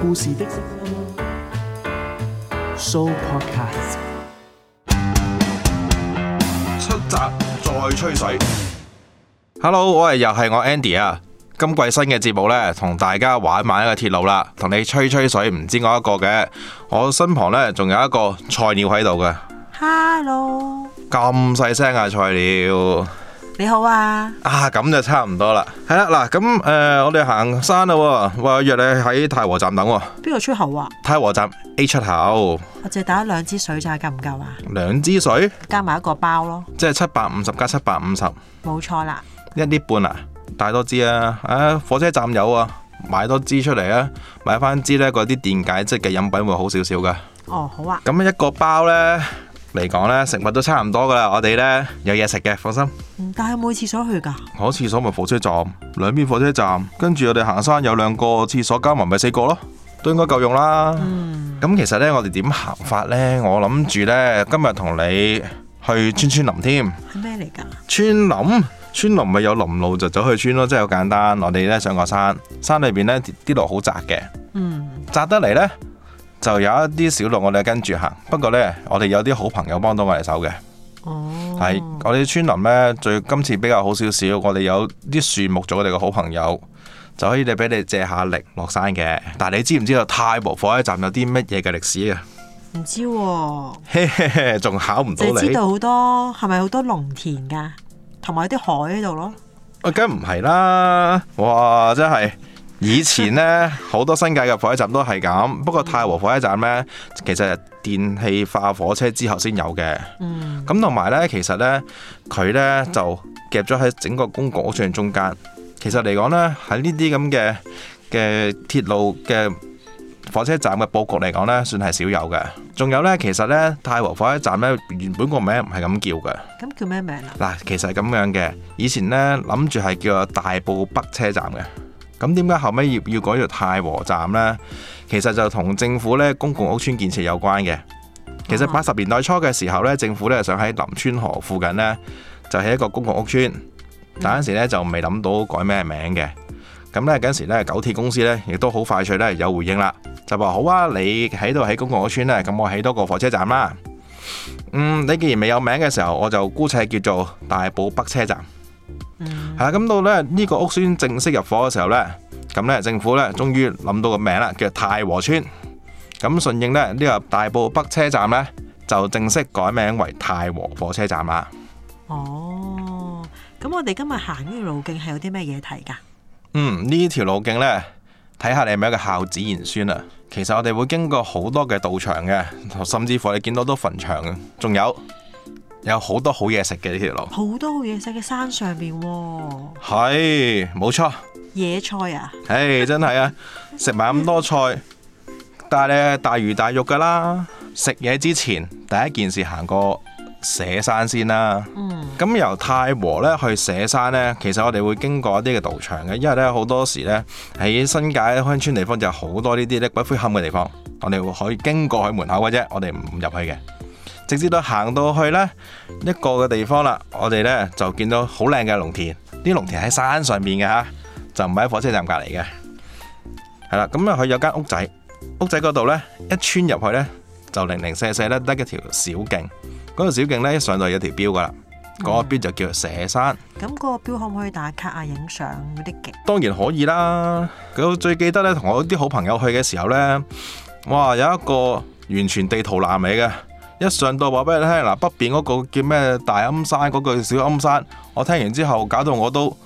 故事的 Show Podcast。出閘再吹水。Hello，我係又係我 Andy 啊。今季新嘅節目呢，同大家玩玩一個鐵路啦，同你吹吹水，唔止我一個嘅。我身旁呢，仲有一個菜鳥喺度嘅， Hello，咁細聲啊，菜鳥你好啊，啊，咁就差唔多啦。係啦，嗱，咁誒、呃我哋行山啦喎，話約你喺太和站等喎。邊度出口啊？太和站 A 出口我淨係打咗兩支水咋，夠唔夠啊？兩支水，加埋一個包咯，即係七百五十加七百五十。冇錯啦。一啲半啊，帶多支啊！啊，火車站有啊，買多支出嚟啊！買翻支呢嗰啲電解質嘅飲品會好少少噶。哦，好啊，咁一個包呢嚟講呢，食物都差唔多噶啦。我哋呢有嘢食嘅，放心。嗯但係每廁所去㗎，我廁所咪火車站，兩邊火車站，跟住我哋行山有兩個廁所，加埋咪四個咯，都應該夠用啦。咁、其實呢，我哋點行法呢？我諗住呢，今日同你去村村林添。係咩嚟㗎？村林，村林咪有林路就走去村咯，真係好簡單。我哋呢上個山，山裏邊呢啲啲路好窄嘅，嗯，窄得嚟呢，就有一啲小路我哋跟住行。不過呢，我哋有啲好朋友幫到我哋手嘅，哦，係、我哋村林呢，最今次比較好少少，我哋有啲樹木做我哋嘅好朋友。就可以你俾你借下力落山嘅，但係你知唔知道太和火車站有啲乜嘢嘅歷史啊？唔知喎，嘿嘿嘿，仲考唔到淨係你知。道好多係咪好多農田㗎，同埋有啲海喺度咯。啊，梗唔係啦！哇，真係以前呢，好多新界嘅火車站都係咁，不過太和火車站呢，其實係電氣化火車之後先有嘅。嗯，咁同埋呢，其實呢，佢呢就夾咗喺整個公共屋邨中間。其實嚟講呢，喺呢啲咁嘅嘅鐵路嘅火車站嘅佈局嚟講呢，算係少有嘅。仲有呢，其實呢，太和火車站呢，原本個名唔係咁叫嘅。咁叫咩名啊？嗱，其實係咁樣嘅，以前呢，諗住係叫做大埔北車站嘅，咁點解後尾要要改做太和站呢？其實就同政府呢公共屋邨建設有關嘅。其實哦八十年代初嘅時候呢，政府呢想喺林村河附近呢，就起一個公共屋邨，但嗰陣時呢就未諗到改咩名嘅。咁呢，嗰陣時呢，九鐵公司呢亦都好快脆呢有回應啦，就話好啊，你喺度起公共屋邨呢，咁我起多個火車站啦。嗯，你既然未有名嘅時候，我就姑且叫做大埔北車站。嗯，係啦，咁到咧呢個屋村正式入伙嘅時候呢，咁呢政府呢終於諗到個名啦，叫太和村。咁順應呢，呢個大埔北車站呢，就正式改名為太和火車站啦。哦，咁我哋今日行呢條路徑係有啲咩嘢睇㗎？嗯，呢條路徑呢，睇下你係咪一個孝子賢孫啊。其實我哋會經過好多嘅道場嘅，甚至乎你見到好多墳場嘅，仲有有好多好嘢食嘅呢條路。好多好嘢食嘅山上邊喎，係，冇錯。野菜啊，唉，真係啊！食埋咁多菜，但係咧大魚大肉噶啦。食嘢之前，第一件事行過社山先啦。嗯，咁由太和咧去社山咧，其實我哋會經過一啲嘅道場嘅，因為咧好多時咧喺新界鄉村地方就有好多呢啲咧骨灰龕嘅地方，我哋會可以經過佢門口嘅啫，我哋唔入去嘅。直至到行到去呢一個嘅地方啦，我哋呢就見到好靚嘅農田，啲農田喺山上邊嘅吓，就唔係喺火車站隔離嘅。係啦，咁啊佢有間屋仔，屋仔嗰度呢，一穿入去呢，就零零舍舍呢得一條小徑，嗰條小徑呢，一上到有條標噶啦。嗰個標就叫做蛇山，咁嗰個標可唔可以打卡啊、影相嗰啲嘅？當然可以啦。佢最記得咧，同我啲好朋友去嘅時候呢，哇，有一個完全地圖南嚟嘅。一上到話俾你聽，嗱北邊嗰個叫咩大庵山，嗰、個叫小庵山。我聽完之後，搞到我都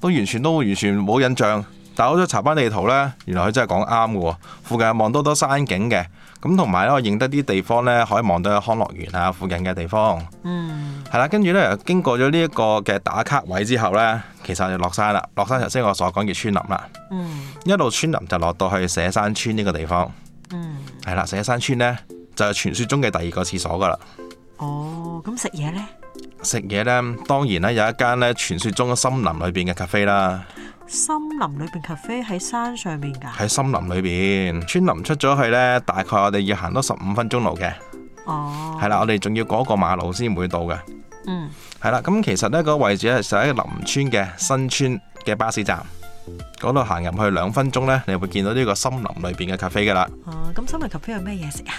都完全都完全冇印象。但係我都查翻地圖呢，原來佢真係講啱嘅喎。附近望到多山景嘅，咁同埋呢，我認得啲地方呢，可以望到康樂園啊附近嘅地方。嗯，係啦，跟住咧經過咗呢一個嘅打卡位之後呢，其實我哋落山啦。落山頭先我所講嘅村林啦，嗯，一路村林就落到去社山村呢個地方。嗯。係啦，社山村呢，就係傳說中嘅第二個廁所噶啦。哦，咁食嘢呢？食嘢呢，當然啦，有一間呢傳說中嘅森林裏邊嘅咖啡啦，森林裏邊 cafe 喺山上面㗎。喺森林裏邊。村林出咗去呢，大概我哋要行多十五分鐘路嘅。哦，係啦，我哋仲要過一個馬路先會到嘅。嗯，係啦，咁其實呢個位置咧就喺林村嘅新村嘅巴士站，嗰度行入去兩分鐘呢，你會見到呢個森林裏邊嘅咖啡噶啦。哦，咁森林咖啡有咩嘢食啊？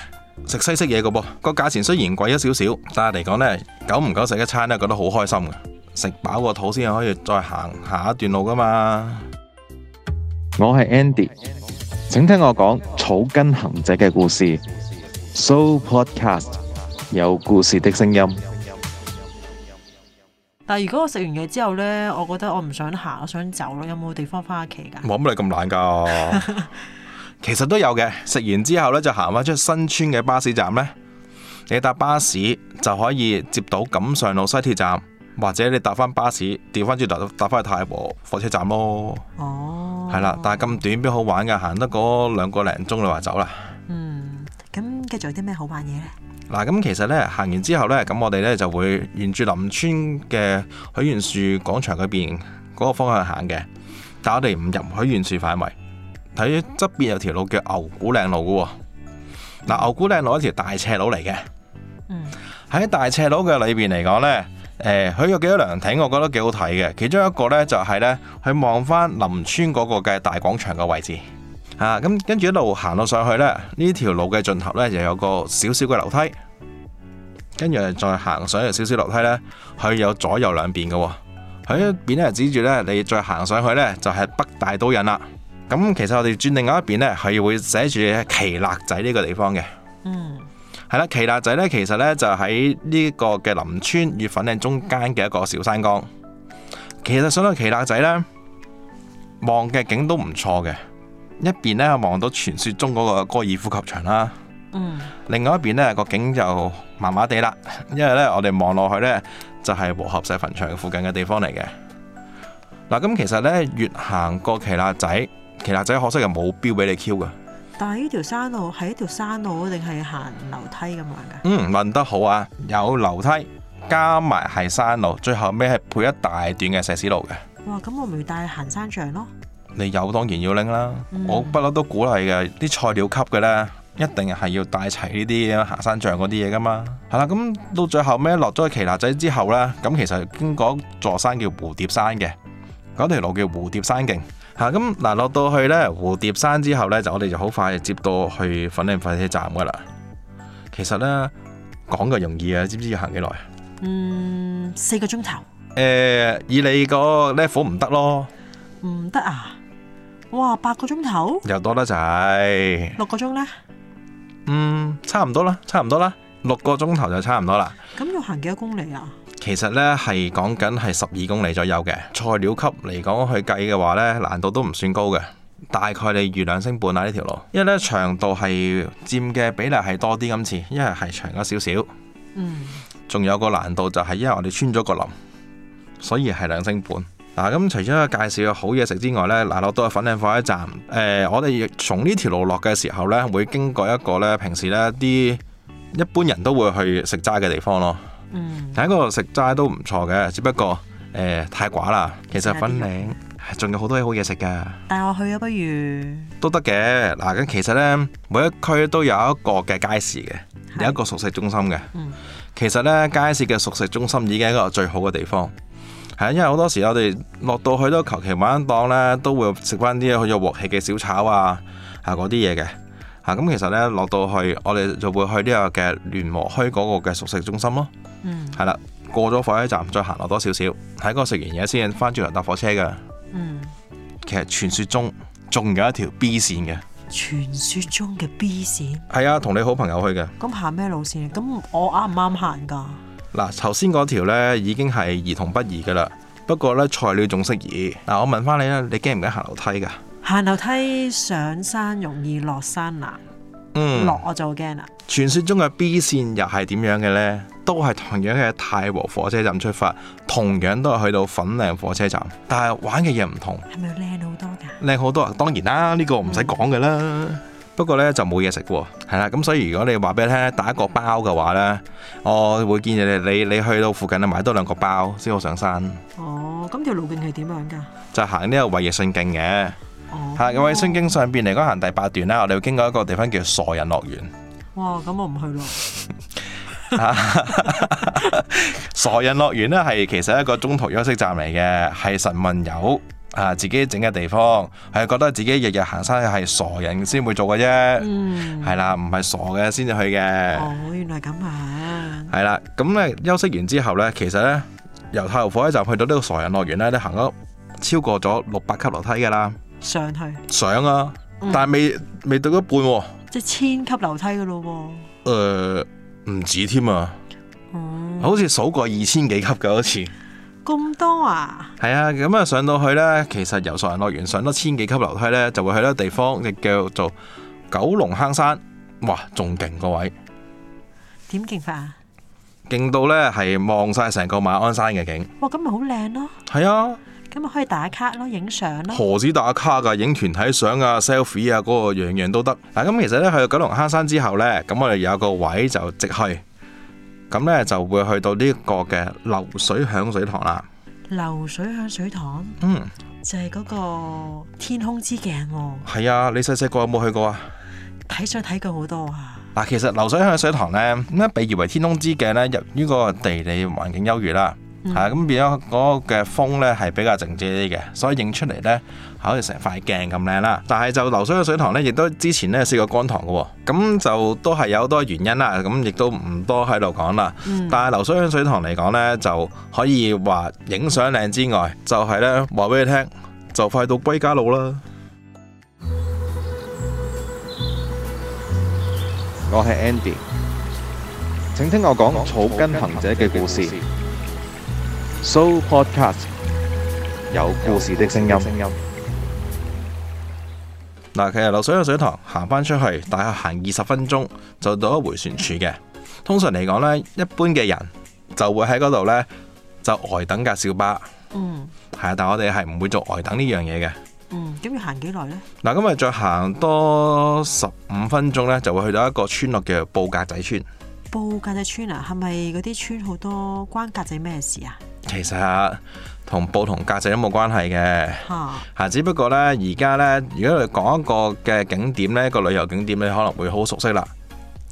食西式嘢嘅噃，個價錢雖然貴咗少少，但係嚟講呢，久唔久食一餐呢，覺得好開心嘅，食飽個肚先可以再行下一段路噶嘛。我係 Andy，請聽我講草根行者嘅故事。So Podcast 有故事的聲音。但係如果我食完嘢之後呢，我覺得我唔想行，我想走咯，有冇地方翻屋企㗎？冇乜你咁懶噶，其實都有嘅。食完之後呢，就行翻出新村嘅巴士站呢，你搭巴士就可以接到錦上路西鐵站，或者你搭翻巴士調翻轉頭搭翻去太和火車站咯。哦，係啦，但係咁短邊好玩㗎，行得嗰兩個零鐘你話走啦。嗯，咁繼續有啲咩好玩嘢呢？嗱，咁其實咧行完之後咧，咁我哋咧就會沿住林村嘅許願樹廣場嗰邊嗰個方向行嘅，但我哋唔入許願樹範圍。睇側邊有條路叫牛鼓嶺路嘅喎。啊嗱，牛鼓嶺路一條大斜路嚟嘅，嗯，喺大斜路嘅裏邊嚟講呢，誒佢有幾多涼亭，我覺得幾好睇嘅。其中一個呢，就係呢，去望翻林村嗰個嘅大廣場嘅位置啊。咁跟住一路行到上去呢，呢條路嘅盡頭呢，就有個少少嘅樓梯，跟住再行上去少少樓梯呢，佢有左右兩邊嘅喎。佢一邊呢，指住呢，你再行上去呢，就係北大都引啦。咁其實我哋轉另外一邊呢，佢會寫住奇勒仔呢個地方嘅。嗯，係啦，奇辣仔呢，其實呢就喺呢個嘅林村與粉嶺中間嘅一個小山崗。其實上到奇辣仔呢，望嘅景都唔錯嘅。一邊呢望到傳說中嗰個高爾夫球場啦，嗯，另外一邊呢個景就麻麻地啦， 因為呢我哋望落去呢，就係和合石墳場附近嘅地方嚟嘅。嗱，咁其實呢，越行過奇辣仔，奇辣仔可惜係冇標俾你 Q 嘅。但係呢條山路係一條山路定係行樓梯咁樣㗎？嗯，問得好啊！有樓梯，加埋係山路，最後尾係配一大段嘅石屎路嘅。哇，咁我咪帶行山杖咯。你有當然要拎啦，嗯我不嬲都鼓勵嘅，啲菜鳥級嘅呢，一定係要帶齊呢啲行山杖嗰啲嘢噶嘛。係啦，咁到最後尾落咗去奇拿仔之後呢，咁其實經過一座山叫蝴蝶山嘅，嗰條路叫蝴蝶山徑。嚇咁嗱，落到去呢蝴蝶山之後呢，就我哋就好快就接到去粉嶺火車站噶啦。其實呢，講嘅容易啊，知唔知要行幾耐？嗯，四個鐘頭誒、以你個 level 唔得咯，唔得啊！哇，八個鐘頭，又多得滯。六個鐘呢？嗯，差唔多啦，差唔多啦，六個鐘頭就差唔多啦。咁要行幾多公里啊？其實呢係講緊係十二公里左右嘅，菜鳥級嚟講去計嘅話呢，難度都唔算高嘅。大概你預兩升半啊啦呢條路，因為呢長度係佔嘅比例係多啲今次，因為係長咗少少，嗯，仲有個難度就係因為我哋穿咗個林，所以係兩升半。嗱，咁除咗介紹好嘢食之外呢，嗱落到去粉嶺火車站，誒、我哋從呢條路落嘅時候呢，會經過一個呢平時呢啲一般人都會去食齋嘅地方咯。嗯，喺嗰度食齋都唔錯嘅，只不過誒、太寡啦。其實粉嶺仲有好多嘢好嘢食㗎，帶我去啊，不如都得嘅。嗱，咁其實呢，每一區都有一個嘅街市嘅。係有一個熟食中心嘅。嗯其實呢，街市嘅熟食中心已經係一個最好嘅地方。係啊，因為好多時我哋落到去都求其揾一檔呢，都會食翻啲好似鑊氣嘅小炒啊啊嗰啲嘢嘅。啊，咁其實呢，落到去，我哋就會去呢個嘅聯和墟嗰個嘅熟食中心咯。嗯係啦，過咗火車站再行落多少少，喺嗰度食完嘢先翻轉頭搭火車嘅。嗯，其實傳說中仲有一條 B 線嘅，傳說中嘅 B 線，係啊，同你好朋友去嘅。咁行咩路線？咁我啱唔啱行㗎？嗱，頭先嗰條呢已經係兒童不宜噶啦，不過呢，菜鳥仲適宜。嗱，我問翻你啦，你驚唔驚行樓梯噶？行樓梯上山容易，落山難。嗯，落我就好驚啦。傳說中嘅 B 線又係點樣嘅呢？都係同樣嘅太和火車站出發，同樣都係去到粉嶺火車站，但係玩嘅嘢唔同，係咪靚好多㗎？靚好多啊！當然啦，呢、個唔使講噶啦。不過呢，就冇嘢食喎，係啦，咁所以如果你話俾你聽打一個包嘅話呢，我會建議你你你去到附近啊買多兩個包先好上山，哦，咁條路徑係點樣㗎？就行呢個衛奕信徑嘅。哦，嚇，咁喺《聖經》上邊嚟講，行第八段啦，我哋會經過一個地方叫傻人樂園。哇，咁我唔去咯。傻人樂園呢係其實一個中途休息站嚟嘅，係神問友啊自己整嘅地方，係覺得自己日日行山係傻人先會做嘅啫，嗯，係啦、唔係傻嘅先至去嘅。哦，原來咁樣，係啦，咁咧休息完之後呢，其實呢，由太湖火車站去到呢個傻人樂園呢，你行咗超過咗六百級樓梯噶啦，上去上啊嗯，但係未未到一半喎、即係千級樓梯嘅咯喎，呃唔止添啊，哦，好似數過二千幾級嘅好似。咁多啊，係啊，咁啊上到去呢，其實由傻人樂園上多千幾級樓梯呢，就會去到一個地方，亦叫做九龍坑山。哇，仲勁個位，點勁法啊？勁到呢係望晒成個馬鞍山嘅景。哇，咁咪好靚咯，係啊，咁咪可以打卡咯，影相咯，何止打卡㗎，影團體相啊、selfie 啊，嗰、個樣樣都得。嗱，咁其實呢，去到九龍坑山之後呢，咁我哋有個位就直去，咁呢就會去到呢個嘅流水響水塘啦。流水響水塘嗯，就係嗰個天空之鏡喎，係啊，你細細個有冇去過啊？睇相睇過好多啊，嗱，其實流水向水塘呢，咁咧被譽為天空之鏡呢，由於個地理環境優越啦，嗯嚇咁變咗嗰個嘅風呢係比較靜止啲嘅，所以影出嚟呢，好似成塊鏡咁靚啦。但係就流水向水塘呢，亦都之前呢試過乾塘嘅喎，咁就都係有好多原因啦，咁亦都唔多喺度講啦。嗯，但係流水向水塘嚟講呢，就可以話影相靚之外，就係呢話俾你聽，就快到歸家路啦。我係 Andy，請聽我講草根行者嘅故事。So Podcast 有故事的聲音。嗱，其實流水嘅水塘行翻出去，大概行二十分鐘就到一回旋處嘅。通常嚟講呢，一般嘅人就會喺嗰度呢，就呆等架小巴，嗯係啊，但我哋係唔會做呆等呢樣嘢嘅。嗯，咁要行幾耐呢？嗱，咁啊再行多十五分鐘呢，就會去到一個村落叫做布格仔村。布格仔村啊，係咪嗰啲村好多關格仔咩事啊？其實同布同格仔都冇關係嘅。嚇，嚇，只不過呢，而家呢，如果你講一個嘅景點呢，一個旅遊景點你可能會好熟悉啦。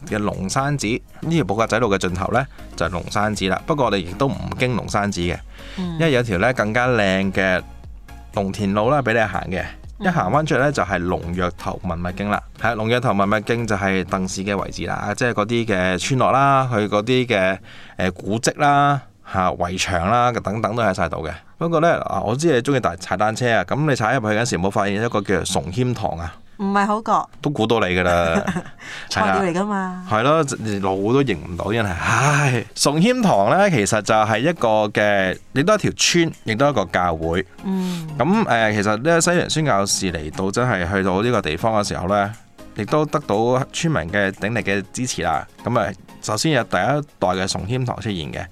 嘅龍山寺呢條布格仔路嘅盡頭呢，就係龍山寺啦。不過我哋亦都唔經龍山寺嘅，因為有條呢更加靚嘅農田路啦，俾你行嘅。一行翻出嚟呢，就係龍躍頭文物徑啦。係龍躍頭文物徑就係鄧氏嘅位置啦，即係嗰啲嘅村落啦，佢嗰啲嘅誒呃古蹟啦。嚇圍牆啦，等等都喺晒度嘅。不過呢，啊我知你中意大踩單車啊，咁你踩入去嗰陣時，冇發現一個叫做崇謙堂啊，唔係好覺，都估到你㗎啦，係啊菜啦料嚟噶嘛？係咯，路都認唔到，真係。唉，崇謙堂呢，其實就係一個嘅，亦都係一條村，亦都係一個教會。嗯，咁誒、呃其實呢，西洋宣教士嚟到真係去到呢個地方嘅時候呢，亦都得到村民嘅鼎力嘅支持啦。咁啊，首先有第一代嘅崇謙堂出現嘅，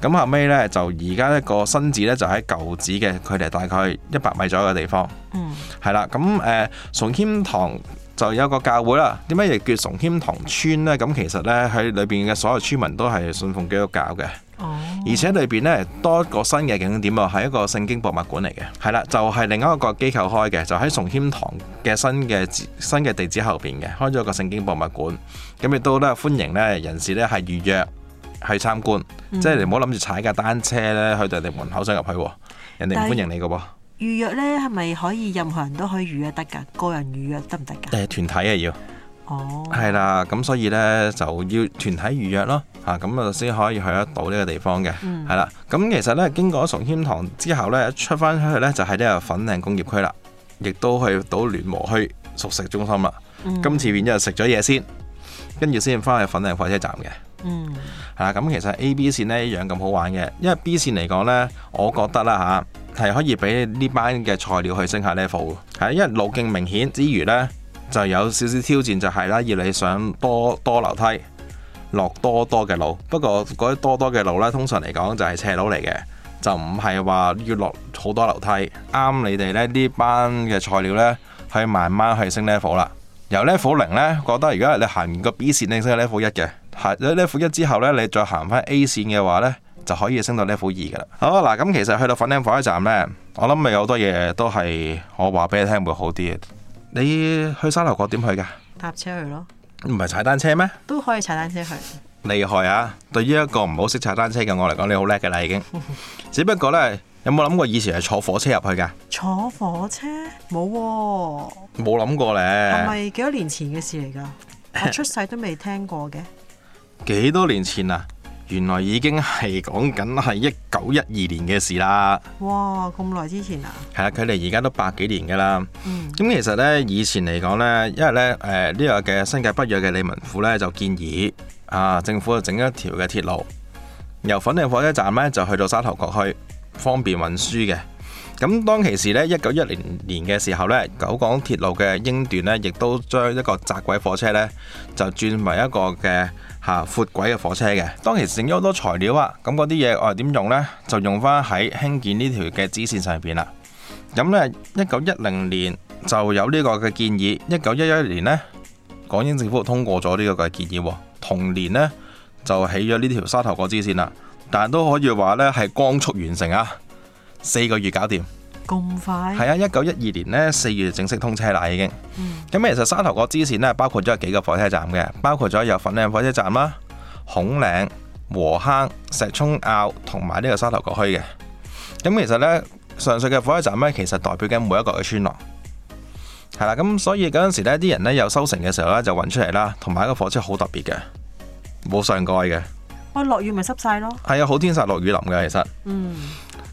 咁後尾呢，就而家一個新址呢，就喺舊址嘅距離大概一百米左右嘅地方。嗯，係啦，咁誒崇謙堂就有一個教會啦。點解亦叫崇謙堂村呢？咁其實呢，喺裏邊嘅所有村民都係信奉基督教嘅，哦，而且裏邊呢，多一個新嘅景點啊，係一個聖經博物館嚟嘅。係啦，就係、另一個機構開嘅，就喺崇謙堂嘅新嘅址新嘅地址後邊嘅，開咗個聖經博物館。咁亦都咧歡迎呢人士呢係預約去參觀，嗯即係你唔好諗住踩架單車呢去到人哋門口想入去喎，人哋但唔係歡迎你嘅喎。預約呢係咪可以任何人都可以預約得㗎？個人預約得唔得㗎？誒團體啊要。哦，係啦，咁所以呢，就要團體預約咯，嚇咁啊先可以去得到呢個地方嘅，嗯係啦、咁其實呢，經過咗崇謙堂之後呢，出翻出去呢，就係呢個粉嶺工業區啦，亦都去到聯和墟熟食中心啦。嗯今次變咗係食咗嘢先，跟住先翻去粉嶺火車站嘅。嗯係啦，咁其實 A、B 線呢一樣咁好玩嘅，因為 B 線嚟講呢，我覺得啦嚇係可以俾呢班嘅菜鳥去升下 level 嘅，係因為路徑明顯之餘呢，就有少少挑戰就係啦，要你上多多樓梯，落多多嘅路。不過嗰啲多多嘅路呢，通常嚟講就係斜路嚟嘅。就唔係話要落好多樓梯，啱你哋呢呢班嘅菜鳥呢，去慢慢去升 level 啦。由 level 零呢，覺得如果你行完個 B 線，你升到 level 一嘅，行咗 level 一之後呢，你再行翻 A 線嘅話呢，就可以升到 level 二噶啦。好啊嗱，咁其實去到粉嶺火車站呢，我諗咪有好多嘢都係我話俾你聽會好啲嘅。你去沙頭角點去㗎？搭車去咯，唔係踩單車咩？都可以踩單車去。厲害啊！對於一個唔好識踩單車嘅我嚟講，你好叻嘅啦已經。只不過呢，有冇諗過以前係坐火車入去㗎？坐火車冇喎，冇諗過係咧，咪幾多年前嘅事 嚟㗎？我出世都未聽過嘅。幾多年前啊？原來已經係講緊係一九一二年嘅事啦，哇，咁耐之前啊，係啦，距離而家都百幾年㗎啦。嗯，咁其實咧，以前嚟講咧，因為咧，誒、呢個嘅新界北約嘅李文虎咧就建議啊，政府就整一條嘅鐵路，由粉嶺火車站咧就去到沙頭角去，方便運輸嘅。咁當其時咧，一九一零年嘅時候咧，九廣鐵路嘅英段咧，亦都將一個窄軌火車咧，就轉為一個嘅嚇闊軌嘅火車嘅。當其時整咗好多材料啊，咁嗰啲嘢我哋點用呢？就用翻喺興建呢條嘅支線上邊啦。咁咧，一九一零年就有呢個嘅建議，一九一一年呢，港英政府通過咗呢個嘅建議喎。同年呢，就起咗呢條沙頭角支線啦，但係都可以話呢係光速完成啊，四個月搞掂。咁快，係啊，一九一二年呢，四月正式通車啦已經。嗯，咁其實沙頭角支線呢，包括咗有幾個火車站嘅，包括咗有粉嶺火車站啦、孔嶺、禾坑、石涌坳同埋呢個沙頭角墟嘅。咁其實呢，上述嘅火車站呢，其實代表緊每一個嘅村落。係啦，咁所以嗰陣時呢啲人呢，有收成嘅時候呢，就運出嚟啦，同埋個火車好特別嘅，冇上蓋嘅，喂，落雨咪濕晒咯，係啊，好天殺落雨淋嘅其實。嗯，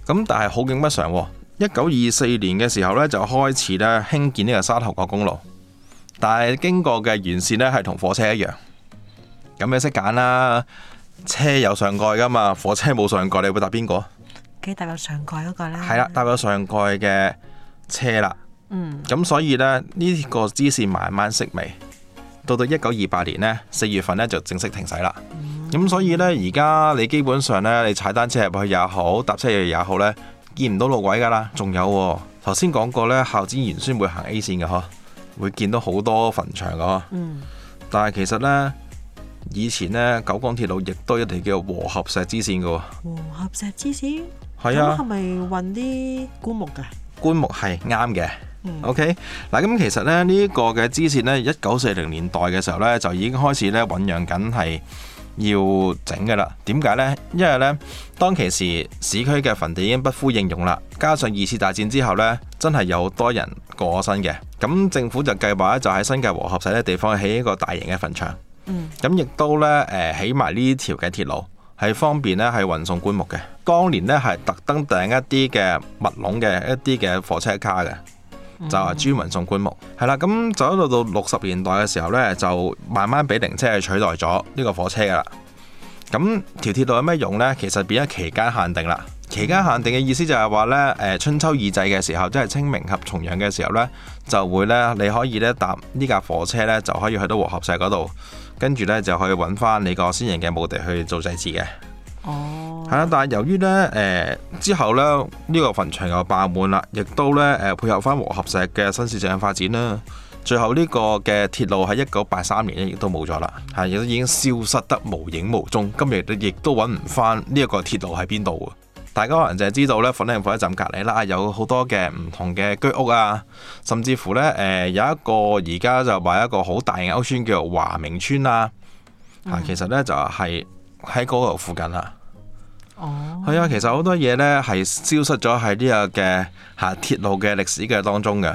咁但係好景不常喎，一九二四年嘅時候呢，就開始咧興建呢個沙頭角公路，但係經過嘅沿線呢，係同火車一樣，咁你識揀啦，車有上蓋噶嘛，火車冇上蓋，你會搭邊個？幾大有上蓋嗰個啦，係啦，，搭有上蓋嘅車啦，嗯，咁所以呢，呢、個支線慢慢式微，到到一九二八年呢，四月份呢，就正式停駛啦。嗯咁所以呢，而家你基本上呢，你踩單車入去也好，搭車入去也好呢，見唔到路軌噶啦。仲有喎頭先講過呢，孝子賢孫會行 A 線嘅嗬，會見到好多墳場嘅嗬。嗯，但係其實呢，以前呢，九廣鐵路亦都有一條叫和合石支線嘅喎。和合石芝士，係咁係啊，咪運啲棺木㗎？棺木係啱嘅。嗯 OK，嗱咁其實咧呢一個嘅支線呢，一九四零年代嘅時候呢，就已經開始呢醖釀緊係要整嘅啦。點解呢？因為呢，當其時市區嘅墳地已經不敷應用啦，加上二次大戰之後呢，真係有多人過身嘅，咁政府就計劃咧就喺新界和合石呢地方起一個大型嘅墳場，嗯，咁亦都呢，誒起埋呢條嘅鐵路。係方便呢，係運送棺木嘅。當年呢，係特登訂一啲嘅密籠嘅一啲嘅火車卡嘅，就係專門送棺木，係啦，咁就一路到六十年代嘅時候呢，就慢慢俾靈車係取代咗呢個火車噶啦。咁條鐵路有咩用呢？其實變咗期間限定啦。期間限定嘅意思就係話呢，誒春秋二祭嘅時候，即係清明及重陽嘅時候呢，就會呢，你可以呢搭呢架火車呢，就可以去到和合石嗰度，跟住呢，就去揾翻你個先人嘅墓地去做祭祀嘅。哦，係啦，但係由於咧，誒、之後咧，呢、個墳場又爆滿啦，亦都咧，誒、配合翻和合石嘅新市鎮嘅發展啦，最後呢個嘅鐵路喺一九八三年咧，亦都冇咗啦，係亦都已經消失得無影無蹤，今日亦都揾唔翻呢一個鐵路喺邊度啊！大家可能就係知道咧，粉嶺火車站隔離啦，有好多嘅唔同嘅居屋啊，甚至乎咧，誒、有一個而家就話一個好大型嘅屋村叫做華明村啊，嚇、其實咧就係喺嗰度附近啦。哦，係啊，其實好多嘢呢係消失咗喺呢個嘅嚇鐵路嘅歷史嘅當中嘅，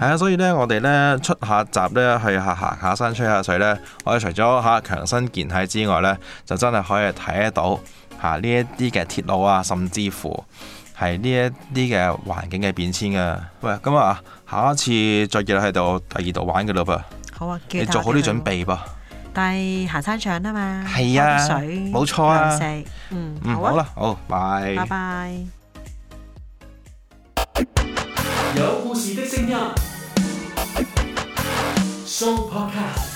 係啊，所以呢，我哋呢出下集呢去下行下山吹下水呢，我哋除咗嚇強身健體之外呢，就真係可以睇得到嚇呢一啲嘅鐵路啊，甚至乎係呢一啲嘅環境嘅變遷啊。喂，咁啊，下一次再見啦，喺度第二度玩嘅嘞噃，好啊，記你得做好我哋啲去準備噃。但係行山場啊嘛，係啊多啲水冇錯啊糧食嗯，嗯，好好啊，啦，好，拜拜。拜。有故事的聲音，Show Podcast。